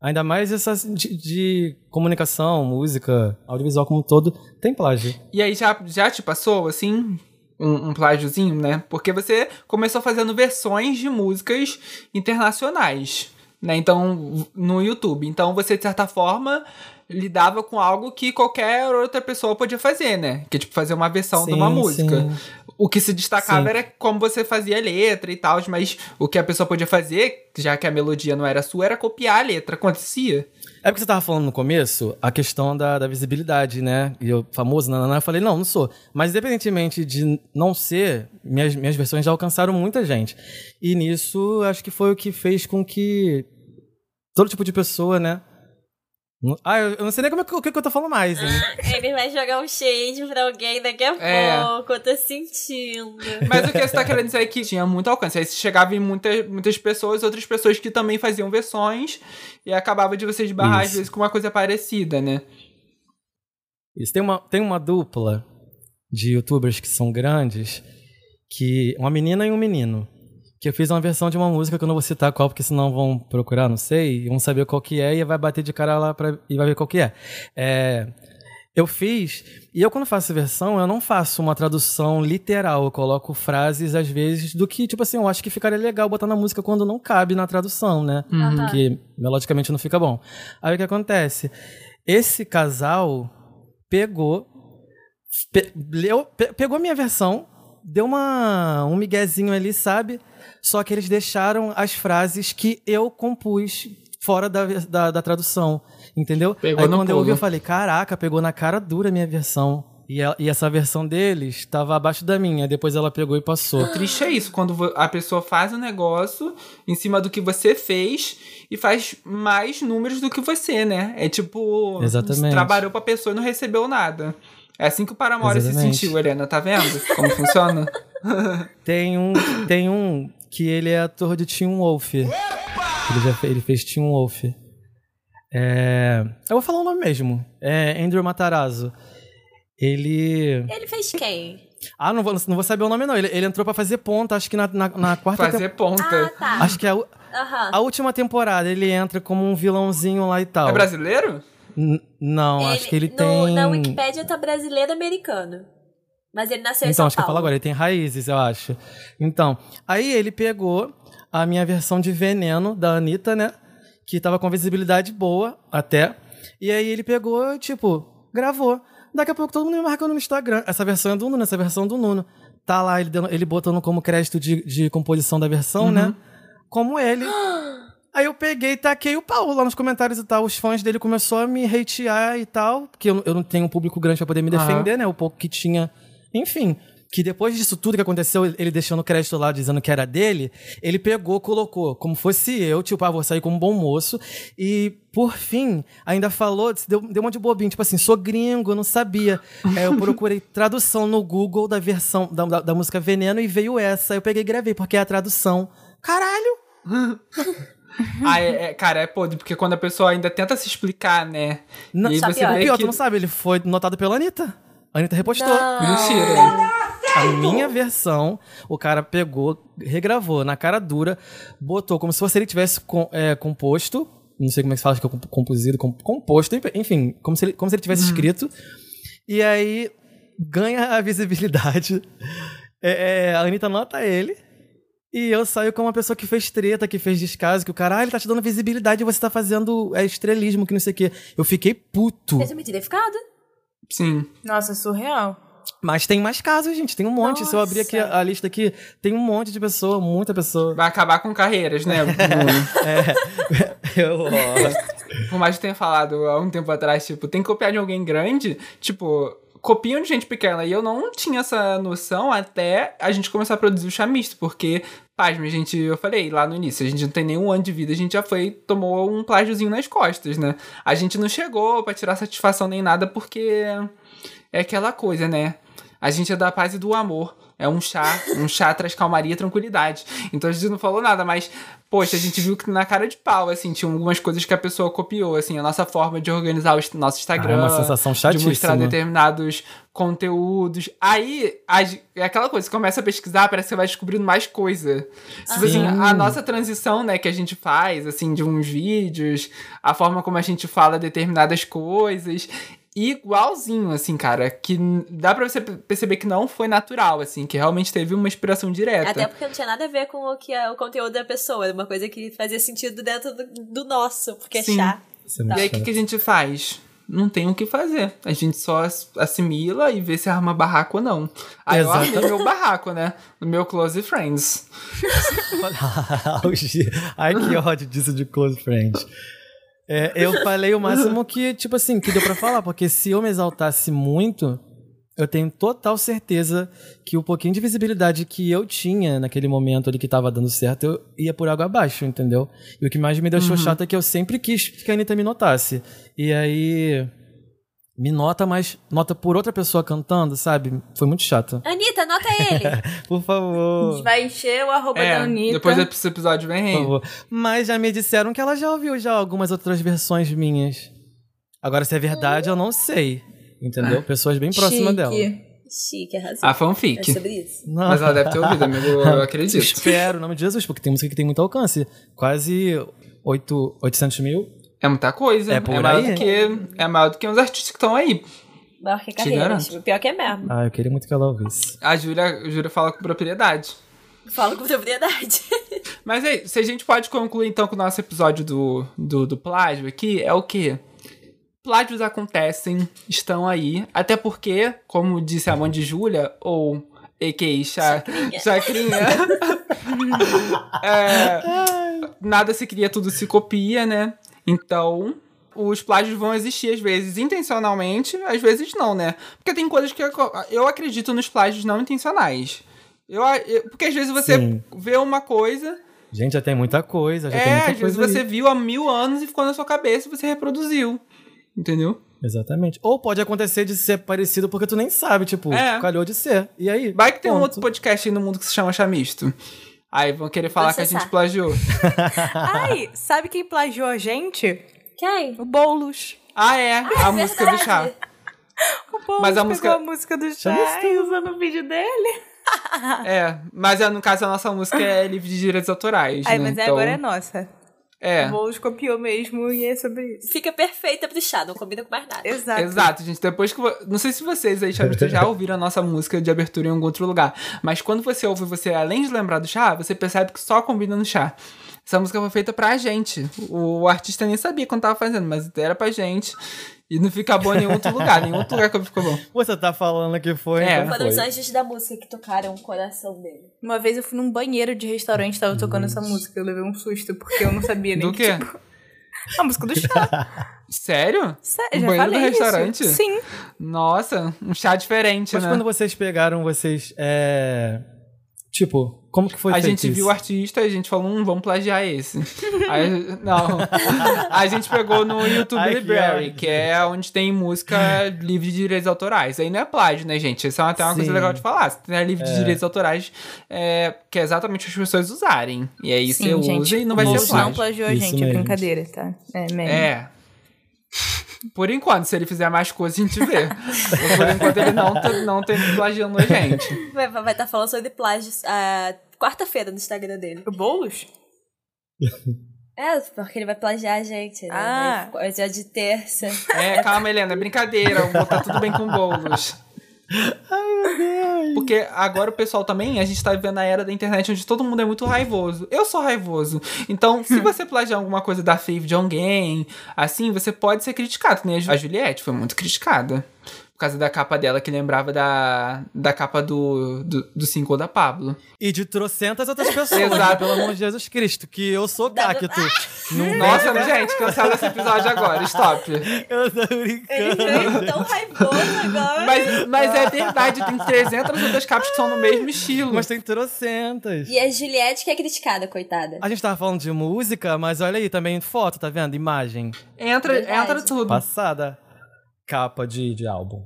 [SPEAKER 5] Ainda mais essas de, de comunicação, música, audiovisual como um todo, tem plágio.
[SPEAKER 3] E aí já, já te passou, assim, um, um plagiozinho, né? Porque você começou fazendo versões de músicas internacionais, né? Então, no YouTube. Então, você, de certa forma, lidava com algo que qualquer outra pessoa podia fazer, né? Que, tipo, fazer uma versão de uma
[SPEAKER 5] Sim,
[SPEAKER 3] música.
[SPEAKER 5] sim.
[SPEAKER 3] O que se destacava
[SPEAKER 5] Sim.
[SPEAKER 3] era como você fazia a letra e tal, mas o que a pessoa podia fazer, já que a melodia não era sua, era copiar a letra. Acontecia.
[SPEAKER 5] É porque você tava falando no começo a questão da, da visibilidade, né? E eu, famoso, nananã, eu falei, não, não sou. Mas independentemente de não ser, minhas, minhas versões já alcançaram muita gente. E nisso, acho que foi o que fez com que todo tipo de pessoa, né? Ah, eu, eu não sei nem como é que, o que, que eu tô falando mais, hein?
[SPEAKER 1] Ele vai jogar um shade pra alguém daqui a
[SPEAKER 3] É.
[SPEAKER 1] pouco, eu tô sentindo.
[SPEAKER 3] Mas o que você tá querendo dizer é que tinha muito alcance. Aí chegava em muitas, muitas pessoas, outras pessoas que também faziam versões, e acabava de vocês barrar, às
[SPEAKER 5] Isso.
[SPEAKER 3] vezes, com uma coisa parecida, né?
[SPEAKER 5] Isso, tem uma, tem uma dupla de youtubers que são grandes, que uma menina e um menino. Que eu fiz uma versão de uma música que eu não vou citar qual, porque senão vão procurar, não sei, e vão saber qual que é e vai bater de cara lá pra, e vai ver qual que é. É, Eu fiz, e eu quando faço versão, eu não faço uma tradução literal, eu coloco frases às vezes do que, tipo assim, eu acho que ficaria legal botar na música quando não cabe na tradução, né?
[SPEAKER 1] Aham.
[SPEAKER 5] Porque melodicamente não fica bom. Aí o que acontece? Esse casal pegou, pe- leu- pe- pegou a minha versão, deu uma, um miguezinho ali, sabe? Só que eles deixaram as frases que eu compus fora da, da, da tradução, entendeu?
[SPEAKER 3] Pegou
[SPEAKER 5] Aí
[SPEAKER 3] no
[SPEAKER 5] quando eu ouvi,
[SPEAKER 3] pulo.
[SPEAKER 5] eu falei, caraca, pegou na cara dura a minha versão. E, ela- e essa versão deles estava abaixo da minha, depois ela pegou e passou.
[SPEAKER 3] Triste é isso, quando vo- a pessoa faz um negócio em cima do que você fez e faz mais números do que você, né? É tipo,
[SPEAKER 5] Exatamente.
[SPEAKER 3] trabalhou pra pessoa e não recebeu nada. É assim que o Paramore se
[SPEAKER 5] Exatamente.
[SPEAKER 3] sentiu, Helena, tá vendo? Como
[SPEAKER 5] *laughs*
[SPEAKER 3] funciona?
[SPEAKER 5] Tem um, tem um que ele é ator de Tim Wolf. Ele já fe- ele fez Tim Wolf. É, eu vou falar o nome mesmo. É Andrew Matarazzo. Ele.
[SPEAKER 1] Ele fez quem?
[SPEAKER 5] Ah, não vou, não vou saber o nome, não. Ele, ele entrou pra fazer ponta, acho que na, na, na quarta temporada.
[SPEAKER 3] Fazer ponta.
[SPEAKER 1] Ah, tá.
[SPEAKER 5] Acho que é a, u-
[SPEAKER 1] Aham.
[SPEAKER 5] a última temporada ele entra como um vilãozinho lá e tal.
[SPEAKER 3] É brasileiro?
[SPEAKER 5] N- não, acho que ele
[SPEAKER 1] no-
[SPEAKER 5] tem.
[SPEAKER 1] Na Wikipédia tá brasileiro-americano. Mas ele nasceu
[SPEAKER 5] Então,
[SPEAKER 1] em
[SPEAKER 5] acho
[SPEAKER 1] São
[SPEAKER 5] que eu falo
[SPEAKER 1] Paulo.
[SPEAKER 5] agora, ele tem raízes, eu acho. Então, aí ele pegou a minha versão de Veneno, da Anitta, né? Que tava com visibilidade boa, até. E aí ele pegou, tipo, gravou. Daqui a pouco todo mundo me marcando no Instagram. Essa versão é do Nuno, essa versão é do Nuno. Tá lá, ele, dando- ele botando como crédito de, de composição da versão, né? Como ele. Aí eu peguei e taquei o pau lá nos comentários e tal. Os fãs dele começou a me hatear e tal. Porque eu, eu não tenho um público grande pra poder me
[SPEAKER 3] Aham.
[SPEAKER 5] defender, né? O pouco que tinha. Enfim. Que depois disso tudo que aconteceu, ele deixando o crédito lá, dizendo que era dele, ele pegou, colocou, como fosse eu, tipo, ah, vou sair como bom moço. E, por fim, ainda falou, deu, deu uma de bobinho, tipo assim, sou gringo, eu não sabia. Aí eu procurei tradução no Google da versão da, da- da música Veneno e veio essa. Aí eu peguei e gravei, porque é a tradução. Caralho!
[SPEAKER 3] Ah, é- é- cara, é podre, porque quando a pessoa ainda tenta se explicar, né?
[SPEAKER 5] Não,
[SPEAKER 3] e aí
[SPEAKER 1] só
[SPEAKER 3] você
[SPEAKER 1] pior.
[SPEAKER 5] O
[SPEAKER 3] vê
[SPEAKER 5] pior,
[SPEAKER 3] que...
[SPEAKER 5] tu não sabe, é ele foi notado pela Anitta. A Anitta repostou.
[SPEAKER 3] Mentira.
[SPEAKER 5] A minha versão, o cara pegou, regravou na cara dura, botou como se fosse ele tivesse com- é, composto. Não sei como é que se fala, acho que é comp- composido, comp- composto, enfim, como se ele, como se ele tivesse escrito. E aí ganha a visibilidade. É, é, a Anitta nota ele. E eu saio como uma pessoa que fez treta, que fez descaso, que o cara, ah, ele tá te dando visibilidade e você tá fazendo é, estrelismo, que não sei o quê. Eu fiquei puto.
[SPEAKER 1] Fez um identificado?
[SPEAKER 3] Sim.
[SPEAKER 2] Nossa, é surreal.
[SPEAKER 5] Mas tem mais casos, gente. Tem um monte. Se eu abrir aqui
[SPEAKER 1] Nossa.
[SPEAKER 5] a a lista aqui, tem um monte de pessoa,
[SPEAKER 3] *laughs*
[SPEAKER 5] muita pessoa.
[SPEAKER 3] Vai acabar com carreiras,
[SPEAKER 5] *laughs*
[SPEAKER 3] né? Bruno?
[SPEAKER 5] Eu, *laughs* ó,
[SPEAKER 3] Por mais que tenha falado há um tempo atrás, tipo, tem que copiar de alguém grande, tipo, copiam de gente pequena. E eu não tinha essa noção até a gente começar a produzir o chamisto, porque, pasme, a gente, eu falei lá no início, a gente não tem nenhum ano de vida, a gente já foi, tomou um plágiozinho nas costas, né? A gente não chegou pra tirar satisfação nem nada, porque é aquela coisa, né? A gente é da paz e do amor. É um chá, um chá traz calmaria e tranquilidade. Então a gente não falou nada, mas, poxa, a gente viu que na cara de pau, assim, tinha algumas coisas que a pessoa copiou, assim, a nossa forma de organizar o est- nosso Instagram.
[SPEAKER 5] Ah, é uma sensação
[SPEAKER 3] De mostrar
[SPEAKER 5] chatíssima.
[SPEAKER 3] determinados conteúdos. Aí, as- é aquela coisa, você começa a pesquisar, parece que você vai descobrindo mais coisa. Tipo assim,
[SPEAKER 5] Sim.
[SPEAKER 3] a nossa transição, né, que a gente faz, assim, de uns vídeos, a forma como a gente fala determinadas coisas igualzinho, assim, cara. Que n- dá pra você pe- perceber que não foi natural, assim, que realmente teve uma inspiração direta.
[SPEAKER 1] Até porque não tinha nada a ver com o que é o conteúdo da pessoa. Era uma coisa que fazia sentido dentro do, do nosso, porque é
[SPEAKER 3] Sim.
[SPEAKER 1] chá.
[SPEAKER 5] isso é muito
[SPEAKER 3] E aí, o que,
[SPEAKER 5] chato.
[SPEAKER 3] que a gente faz? Não tem o que fazer. A gente só as- assimila e vê se arma barraco ou não. Aí eu
[SPEAKER 5] Exato.
[SPEAKER 3] armei meu barraco, né? No meu Close Friends.
[SPEAKER 5] *laughs* Auge. "Oh, Ai, que ódio disso de close friends. É, eu falei o máximo que, tipo assim, que deu pra falar, porque se eu me exaltasse muito, eu tenho total certeza que o pouquinho de visibilidade que eu tinha naquele momento ali que tava dando certo, eu ia por água abaixo, entendeu? E o que mais me deixou chato é que eu sempre quis que a Anitta me notasse. E aí. Me nota, mas nota por outra pessoa cantando, sabe? Foi muito chato.
[SPEAKER 1] Anitta, anota
[SPEAKER 3] *laughs*
[SPEAKER 1] ele.
[SPEAKER 5] Por favor.
[SPEAKER 2] Vai encher o arroba
[SPEAKER 3] É,
[SPEAKER 2] da Anitta.
[SPEAKER 3] depois desse episódio vem
[SPEAKER 5] Por
[SPEAKER 3] Henry.
[SPEAKER 5] favor. Mas já me disseram que ela já ouviu já algumas outras versões minhas. Agora, se é verdade, eu não sei. Entendeu? Pessoas bem próximas
[SPEAKER 2] Chique.
[SPEAKER 5] dela.
[SPEAKER 1] Chique, arrasou.
[SPEAKER 3] A
[SPEAKER 1] É
[SPEAKER 3] fanfic.
[SPEAKER 1] sobre isso.
[SPEAKER 5] Não.
[SPEAKER 3] Mas ela deve ter ouvido, amigo,
[SPEAKER 5] *laughs*
[SPEAKER 3] eu acredito.
[SPEAKER 5] Espero, em nome de Jesus, porque tem música que tem muito alcance. Quase oito 800 mil.
[SPEAKER 3] É muita coisa.
[SPEAKER 5] É por
[SPEAKER 3] maior
[SPEAKER 5] aí?
[SPEAKER 3] do que É maior do que uns artistas que estão aí.
[SPEAKER 1] Maior que
[SPEAKER 3] Te
[SPEAKER 1] carreira.
[SPEAKER 3] garanto.
[SPEAKER 1] tipo, Pior que é mesmo.
[SPEAKER 5] Ah, eu queria muito que ela ouvisse.
[SPEAKER 3] A Júlia, a Júlia fala com propriedade.
[SPEAKER 1] Falo com propriedade. *laughs*
[SPEAKER 3] Mas aí, se a gente pode concluir então com o nosso episódio do, do, do plágio aqui, é o quê? Plágios acontecem, estão aí. Até porque, como disse a mãe de Júlia, ou a.k.a. Cha- Chacrinha, é, nada se cria, tudo se copia, né? Então, os plágios vão existir às vezes intencionalmente, às vezes não, né? Porque tem coisas que eu, eu acredito nos plágios não intencionais. Eu, eu- porque às vezes você
[SPEAKER 5] Sim.
[SPEAKER 3] vê uma coisa
[SPEAKER 5] Gente, já tem muita coisa. Já tem
[SPEAKER 3] é,
[SPEAKER 5] muita
[SPEAKER 3] às vezes
[SPEAKER 5] coisa
[SPEAKER 3] você
[SPEAKER 5] aí.
[SPEAKER 3] viu há mil anos e ficou na sua cabeça e você reproduziu. Entendeu?
[SPEAKER 5] Exatamente. Ou pode acontecer de ser parecido porque tu nem sabe, tipo,
[SPEAKER 3] É.
[SPEAKER 5] calhou de ser. E aí?
[SPEAKER 3] Vai que tem um
[SPEAKER 5] ponto.
[SPEAKER 3] outro podcast aí no mundo que se chama Chamisto. Aí vão querer falar que a
[SPEAKER 1] Processar.
[SPEAKER 3] gente plagiou.
[SPEAKER 2] Ai, sabe quem plagiou a gente?
[SPEAKER 1] Quem?
[SPEAKER 2] O Boulos.
[SPEAKER 3] Ah,
[SPEAKER 2] *laughs*
[SPEAKER 3] é? a música do chá.
[SPEAKER 1] verdade.
[SPEAKER 2] O Boulos
[SPEAKER 3] Mas a
[SPEAKER 2] pegou
[SPEAKER 3] música-
[SPEAKER 2] a música do
[SPEAKER 5] Já
[SPEAKER 2] Chá e usou no vídeo dele.
[SPEAKER 3] É, mas é, no caso a nossa música é livre de direitos autorais.
[SPEAKER 2] Ai,
[SPEAKER 3] né?
[SPEAKER 2] mas aí
[SPEAKER 3] Então,
[SPEAKER 2] agora é nossa.
[SPEAKER 3] é.
[SPEAKER 2] O Boulos copiou mesmo e é sobre isso.
[SPEAKER 1] Fica perfeita pro chá, não combina com mais nada.
[SPEAKER 2] Exato.
[SPEAKER 3] Exato, gente. Depois que. vo- Não sei se vocês aí, Chamistas, já ouviram a nossa música de abertura em algum outro lugar. Mas quando você ouve, você, além de lembrar do chá, você percebe que só combina no chá. Essa música foi feita pra gente. O artista nem sabia quando tava fazendo, mas era pra gente. E não fica bom em nenhum outro lugar, nenhum outro lugar que ficou bom.
[SPEAKER 5] Você tá falando que foi.
[SPEAKER 3] É.
[SPEAKER 5] então
[SPEAKER 1] Foram os
[SPEAKER 5] foi.
[SPEAKER 1] anjos da música que tocaram o coração dele.
[SPEAKER 2] Uma vez eu fui num banheiro de restaurante, tava tocando essa música. Eu levei um susto, porque eu não sabia nem
[SPEAKER 3] Do quê?
[SPEAKER 2] tipo, a música do chá.
[SPEAKER 3] Sério?
[SPEAKER 2] Sério,
[SPEAKER 3] Um banheiro
[SPEAKER 2] já
[SPEAKER 3] do
[SPEAKER 2] falei
[SPEAKER 3] restaurante?
[SPEAKER 2] Isso. Sim.
[SPEAKER 3] Nossa, um chá diferente,
[SPEAKER 5] Mas
[SPEAKER 3] né?
[SPEAKER 5] quando vocês pegaram, vocês. É... Tipo, como que foi
[SPEAKER 3] a
[SPEAKER 5] feito
[SPEAKER 3] gente
[SPEAKER 5] isso?
[SPEAKER 3] viu o artista e a gente falou, hum, vamos plagiar esse. *laughs* Aí, não. A gente pegou no YouTube
[SPEAKER 5] Ai, que
[SPEAKER 3] Library,
[SPEAKER 5] ódio.
[SPEAKER 3] que, é onde tem música livre de direitos autorais. Aí não é plágio, né, gente? Isso é até uma coisa
[SPEAKER 5] Sim.
[SPEAKER 3] legal de falar. Você tem a livre de direitos autorais, é, que é exatamente o que as pessoas usarem. E aí você usa e não vai
[SPEAKER 2] o
[SPEAKER 3] ser
[SPEAKER 2] Boulos não
[SPEAKER 3] plágio.
[SPEAKER 2] plagiou a
[SPEAKER 5] Isso
[SPEAKER 2] gente, é
[SPEAKER 5] mesmo.
[SPEAKER 2] brincadeira, tá? É, mesmo.
[SPEAKER 3] É. Por enquanto, se ele fizer mais coisas, a gente vê. Mas Por enquanto, ele não tá, não tá plagiando a gente.
[SPEAKER 1] Vai estar vai tá falando sobre plágio ah, quarta-feira no Instagram dele.
[SPEAKER 2] O Boulos?
[SPEAKER 1] É, porque ele vai plagiar a gente, né?
[SPEAKER 2] Ah.
[SPEAKER 1] Aí ficou- É dia de terça.
[SPEAKER 3] É, calma, Helena, é brincadeira. eu vou tá tudo bem com bolos. Porque agora o pessoal também, a gente tá vivendo a era da internet onde todo mundo é muito raivoso. Eu sou raivoso. Então, se você plagiar alguma coisa da fave de alguém, assim, você pode ser criticado. Que nem a Ju- a Juliette foi muito criticada. Por causa da capa dela, que lembrava da, da capa do, do, do single da Pablo.
[SPEAKER 5] E de trocentas *laughs* outras pessoas. né?
[SPEAKER 3] Exato.
[SPEAKER 5] Pelo amor de Jesus Cristo, que eu sou cacto. Não vem-
[SPEAKER 3] Nossa, gente, cancela esse episódio agora, stop.
[SPEAKER 5] *laughs* Eu tô
[SPEAKER 1] *laughs* *laughs* Ele
[SPEAKER 5] brincando.
[SPEAKER 1] veio tão raivoso agora.
[SPEAKER 3] Mas, mas é verdade, tem 300 outras capas que são no mesmo estilo.
[SPEAKER 5] Mas tem trocentas.
[SPEAKER 1] E a Juliette que é criticada, coitada.
[SPEAKER 5] A gente tava falando de música, mas olha aí também foto, tá vendo? Imagem.
[SPEAKER 3] Entra,
[SPEAKER 1] Verdade.
[SPEAKER 3] entra tudo.
[SPEAKER 5] Passada. Capa de, de álbum.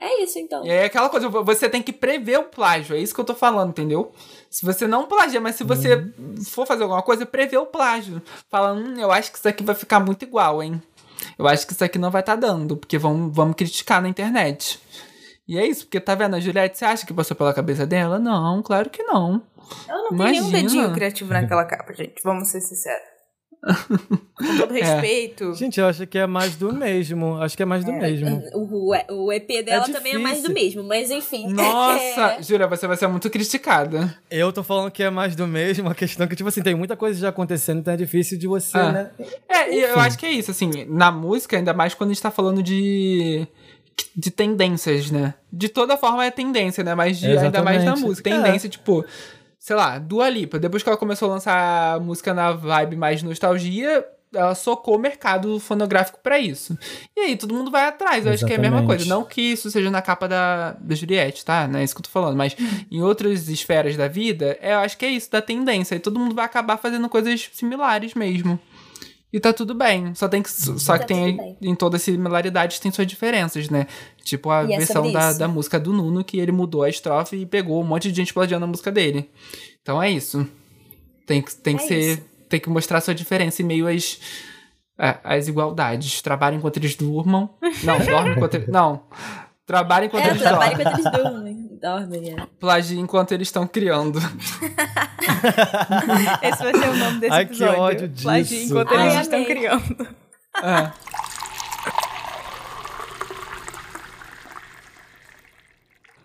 [SPEAKER 1] É isso, então.
[SPEAKER 3] E é aquela coisa, você tem que prever o plágio, é isso que eu tô falando, entendeu? Se você não plagia, mas se você for fazer alguma coisa, prever o plágio. Fala, hum, eu acho que isso aqui vai ficar muito igual, hein? Eu acho que isso aqui não vai tá dando, porque vamos, vamos criticar na internet. E é isso, porque tá vendo, a Juliette, você acha que passou pela cabeça dela? Não, claro que não.
[SPEAKER 2] Ela não tem nenhum
[SPEAKER 3] Imagina.
[SPEAKER 2] dedinho criativo naquela capa, gente. Vamos ser
[SPEAKER 3] *laughs*
[SPEAKER 2] sinceros. Com
[SPEAKER 3] É.
[SPEAKER 2] todo respeito.
[SPEAKER 5] Gente, eu acho que é mais do mesmo. Acho que é mais do mesmo.
[SPEAKER 1] O, o EP dela também é
[SPEAKER 5] difícil.
[SPEAKER 1] mais do mesmo, mas enfim. *laughs*
[SPEAKER 2] *laughs*
[SPEAKER 1] É,
[SPEAKER 3] Nossa,
[SPEAKER 2] É.
[SPEAKER 3] Júlia, você vai ser muito criticada.
[SPEAKER 5] Eu tô falando que é mais do mesmo, a questão que, tipo assim, tem muita coisa já acontecendo, então é difícil de você,
[SPEAKER 3] Ah.
[SPEAKER 5] né?
[SPEAKER 3] É, e eu acho que é isso, assim, na música, ainda mais quando a gente tá falando de. de tendências, né? De toda forma é tendência, né? Mas de- ainda mais na
[SPEAKER 5] Exatamente.
[SPEAKER 3] música.
[SPEAKER 5] É.
[SPEAKER 3] Tendência, tipo, sei lá, Dua Lipa. Depois que ela começou a lançar a música na vibe mais nostalgia, ela socou o mercado fonográfico pra isso. E aí todo mundo vai atrás. Eu acho que é a mesma
[SPEAKER 5] Exatamente.
[SPEAKER 3] coisa. Não que isso seja na capa da, da Juliette, tá? Não é isso que eu tô falando. Mas em outras esferas da vida, é, eu acho que é isso, da tendência. E todo mundo vai acabar fazendo coisas similares mesmo. E tá tudo bem. Só tem que. Só que
[SPEAKER 1] Tá tudo
[SPEAKER 3] tem
[SPEAKER 1] bem.
[SPEAKER 3] em todas as similaridades tem suas diferenças, né? Tipo a
[SPEAKER 1] E é
[SPEAKER 3] versão
[SPEAKER 1] sobre
[SPEAKER 3] da,
[SPEAKER 1] isso.
[SPEAKER 3] da música do Nuno, que ele mudou a estrofe e pegou um monte de gente plagiando a música dele. Então é isso. Tem que, tem que
[SPEAKER 1] É
[SPEAKER 3] ser.
[SPEAKER 1] isso.
[SPEAKER 3] Tem que mostrar sua diferença em meio às. a- às igualdades. Trabalhem enquanto eles durmam. Não, dormem enquanto eles. Não. Trabalhem enquanto
[SPEAKER 1] É,
[SPEAKER 3] eles
[SPEAKER 1] trabalho
[SPEAKER 3] dormem.
[SPEAKER 1] enquanto eles dormem. Dormem, é.
[SPEAKER 3] Plagiem enquanto eles estão criando.
[SPEAKER 2] Esse vai ser o nome desse
[SPEAKER 5] Ai, que
[SPEAKER 2] episódio.
[SPEAKER 5] ódio disso.
[SPEAKER 2] Plagia enquanto
[SPEAKER 1] Ai,
[SPEAKER 2] eles estão
[SPEAKER 1] amei.
[SPEAKER 2] criando.
[SPEAKER 3] É.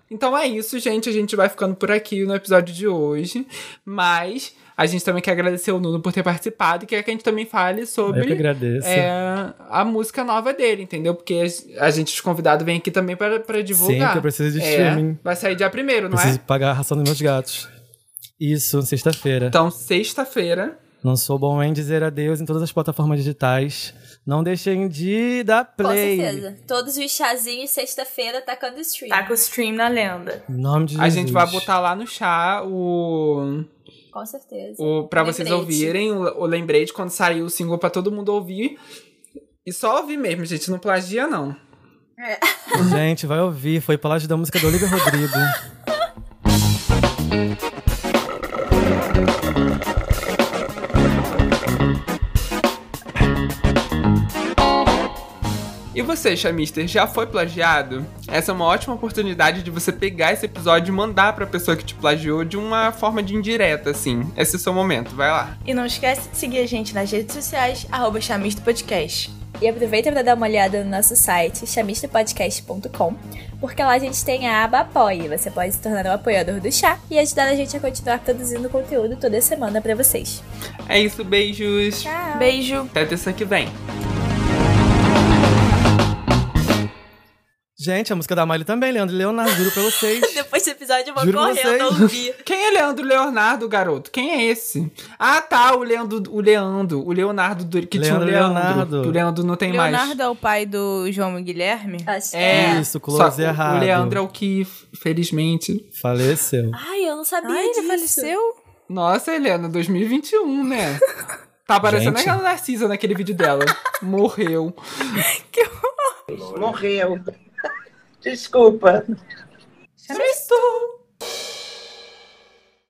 [SPEAKER 3] Então é isso, gente. A gente vai ficando por aqui no episódio de hoje. Mas a gente também quer agradecer o Nuno por ter participado e quer que a gente também fale
[SPEAKER 5] Eu que
[SPEAKER 3] sobre
[SPEAKER 5] agradeço.
[SPEAKER 3] é, a música nova dele, entendeu? Porque as- a gente, os convidados, vem aqui também para pra divulgar.
[SPEAKER 5] Sempre eu preciso de
[SPEAKER 3] É,
[SPEAKER 5] streaming.
[SPEAKER 3] vai sair dia primeiro, não
[SPEAKER 5] Preciso
[SPEAKER 3] é?
[SPEAKER 5] pagar a ração dos meus gatos. Isso, sexta-feira.
[SPEAKER 3] Então, sexta-feira.
[SPEAKER 5] Não sou bom em dizer adeus em todas as plataformas digitais. Não deixem de dar
[SPEAKER 1] Com
[SPEAKER 5] play.
[SPEAKER 1] certeza. Todos os chazinhos, sexta-feira, tacando stream.
[SPEAKER 2] Tá com o stream na lenda.
[SPEAKER 5] Em nome de
[SPEAKER 3] A
[SPEAKER 5] Jesus.
[SPEAKER 3] gente vai botar lá no chá o.
[SPEAKER 1] Com certeza.
[SPEAKER 3] o, pra vocês
[SPEAKER 1] Lembrete.
[SPEAKER 3] ouvirem o, o lembrete quando saiu o single pra todo mundo ouvir. E só ouvir mesmo, gente, não plagia não.
[SPEAKER 5] Gente, vai ouvir. Foi plágio da música do Olivia
[SPEAKER 3] *laughs*
[SPEAKER 5] Rodrigo.
[SPEAKER 3] E você, Chamister, já foi plagiado? Essa é uma ótima oportunidade de você pegar esse episódio e mandar pra pessoa que te plagiou de uma forma de indireta, assim. Esse é o seu momento, vai lá.
[SPEAKER 2] E não esquece de seguir a gente nas redes sociais, arroba Chamisto Podcast.
[SPEAKER 1] E aproveita para dar uma olhada no nosso site, chamistapodcast.com, porque lá a gente tem a aba Apoie. Você pode se tornar um apoiador do chá e ajudar a gente a continuar produzindo conteúdo toda semana para vocês.
[SPEAKER 3] É isso, beijos.
[SPEAKER 2] Ah.
[SPEAKER 1] Tchau!
[SPEAKER 2] Beijo!
[SPEAKER 3] Até terça que vem.
[SPEAKER 5] Gente, a música da Miley também, Leandro e Leonardo, juro pra vocês.
[SPEAKER 1] *laughs* Depois do episódio eu vou
[SPEAKER 5] Juro
[SPEAKER 1] correndo
[SPEAKER 5] vocês.
[SPEAKER 1] ouvir.
[SPEAKER 3] Quem é Leandro Leonardo, garoto? Quem é esse? Ah, tá, o Leandro, o Leandro, o Leonardo do, que tinha o
[SPEAKER 5] Leandro
[SPEAKER 3] Leandro.
[SPEAKER 5] Leonardo.
[SPEAKER 3] que O Leandro não tem mais.
[SPEAKER 2] Leonardo é o pai do João Guilherme?
[SPEAKER 1] Acho que
[SPEAKER 3] É.
[SPEAKER 1] é.
[SPEAKER 5] Isso, close
[SPEAKER 3] Só-
[SPEAKER 5] errado.
[SPEAKER 3] O Leandro é o que, f- felizmente.
[SPEAKER 5] Faleceu.
[SPEAKER 1] Ai, eu não sabia
[SPEAKER 2] Ai,
[SPEAKER 1] disso.
[SPEAKER 2] ele faleceu?
[SPEAKER 3] Nossa, Helena, 2021, né? Tá parecendo
[SPEAKER 5] Gente.
[SPEAKER 3] aquela Narcisa naquele vídeo dela. Morreu.
[SPEAKER 7] Morreu. Desculpa.
[SPEAKER 4] Chama isso.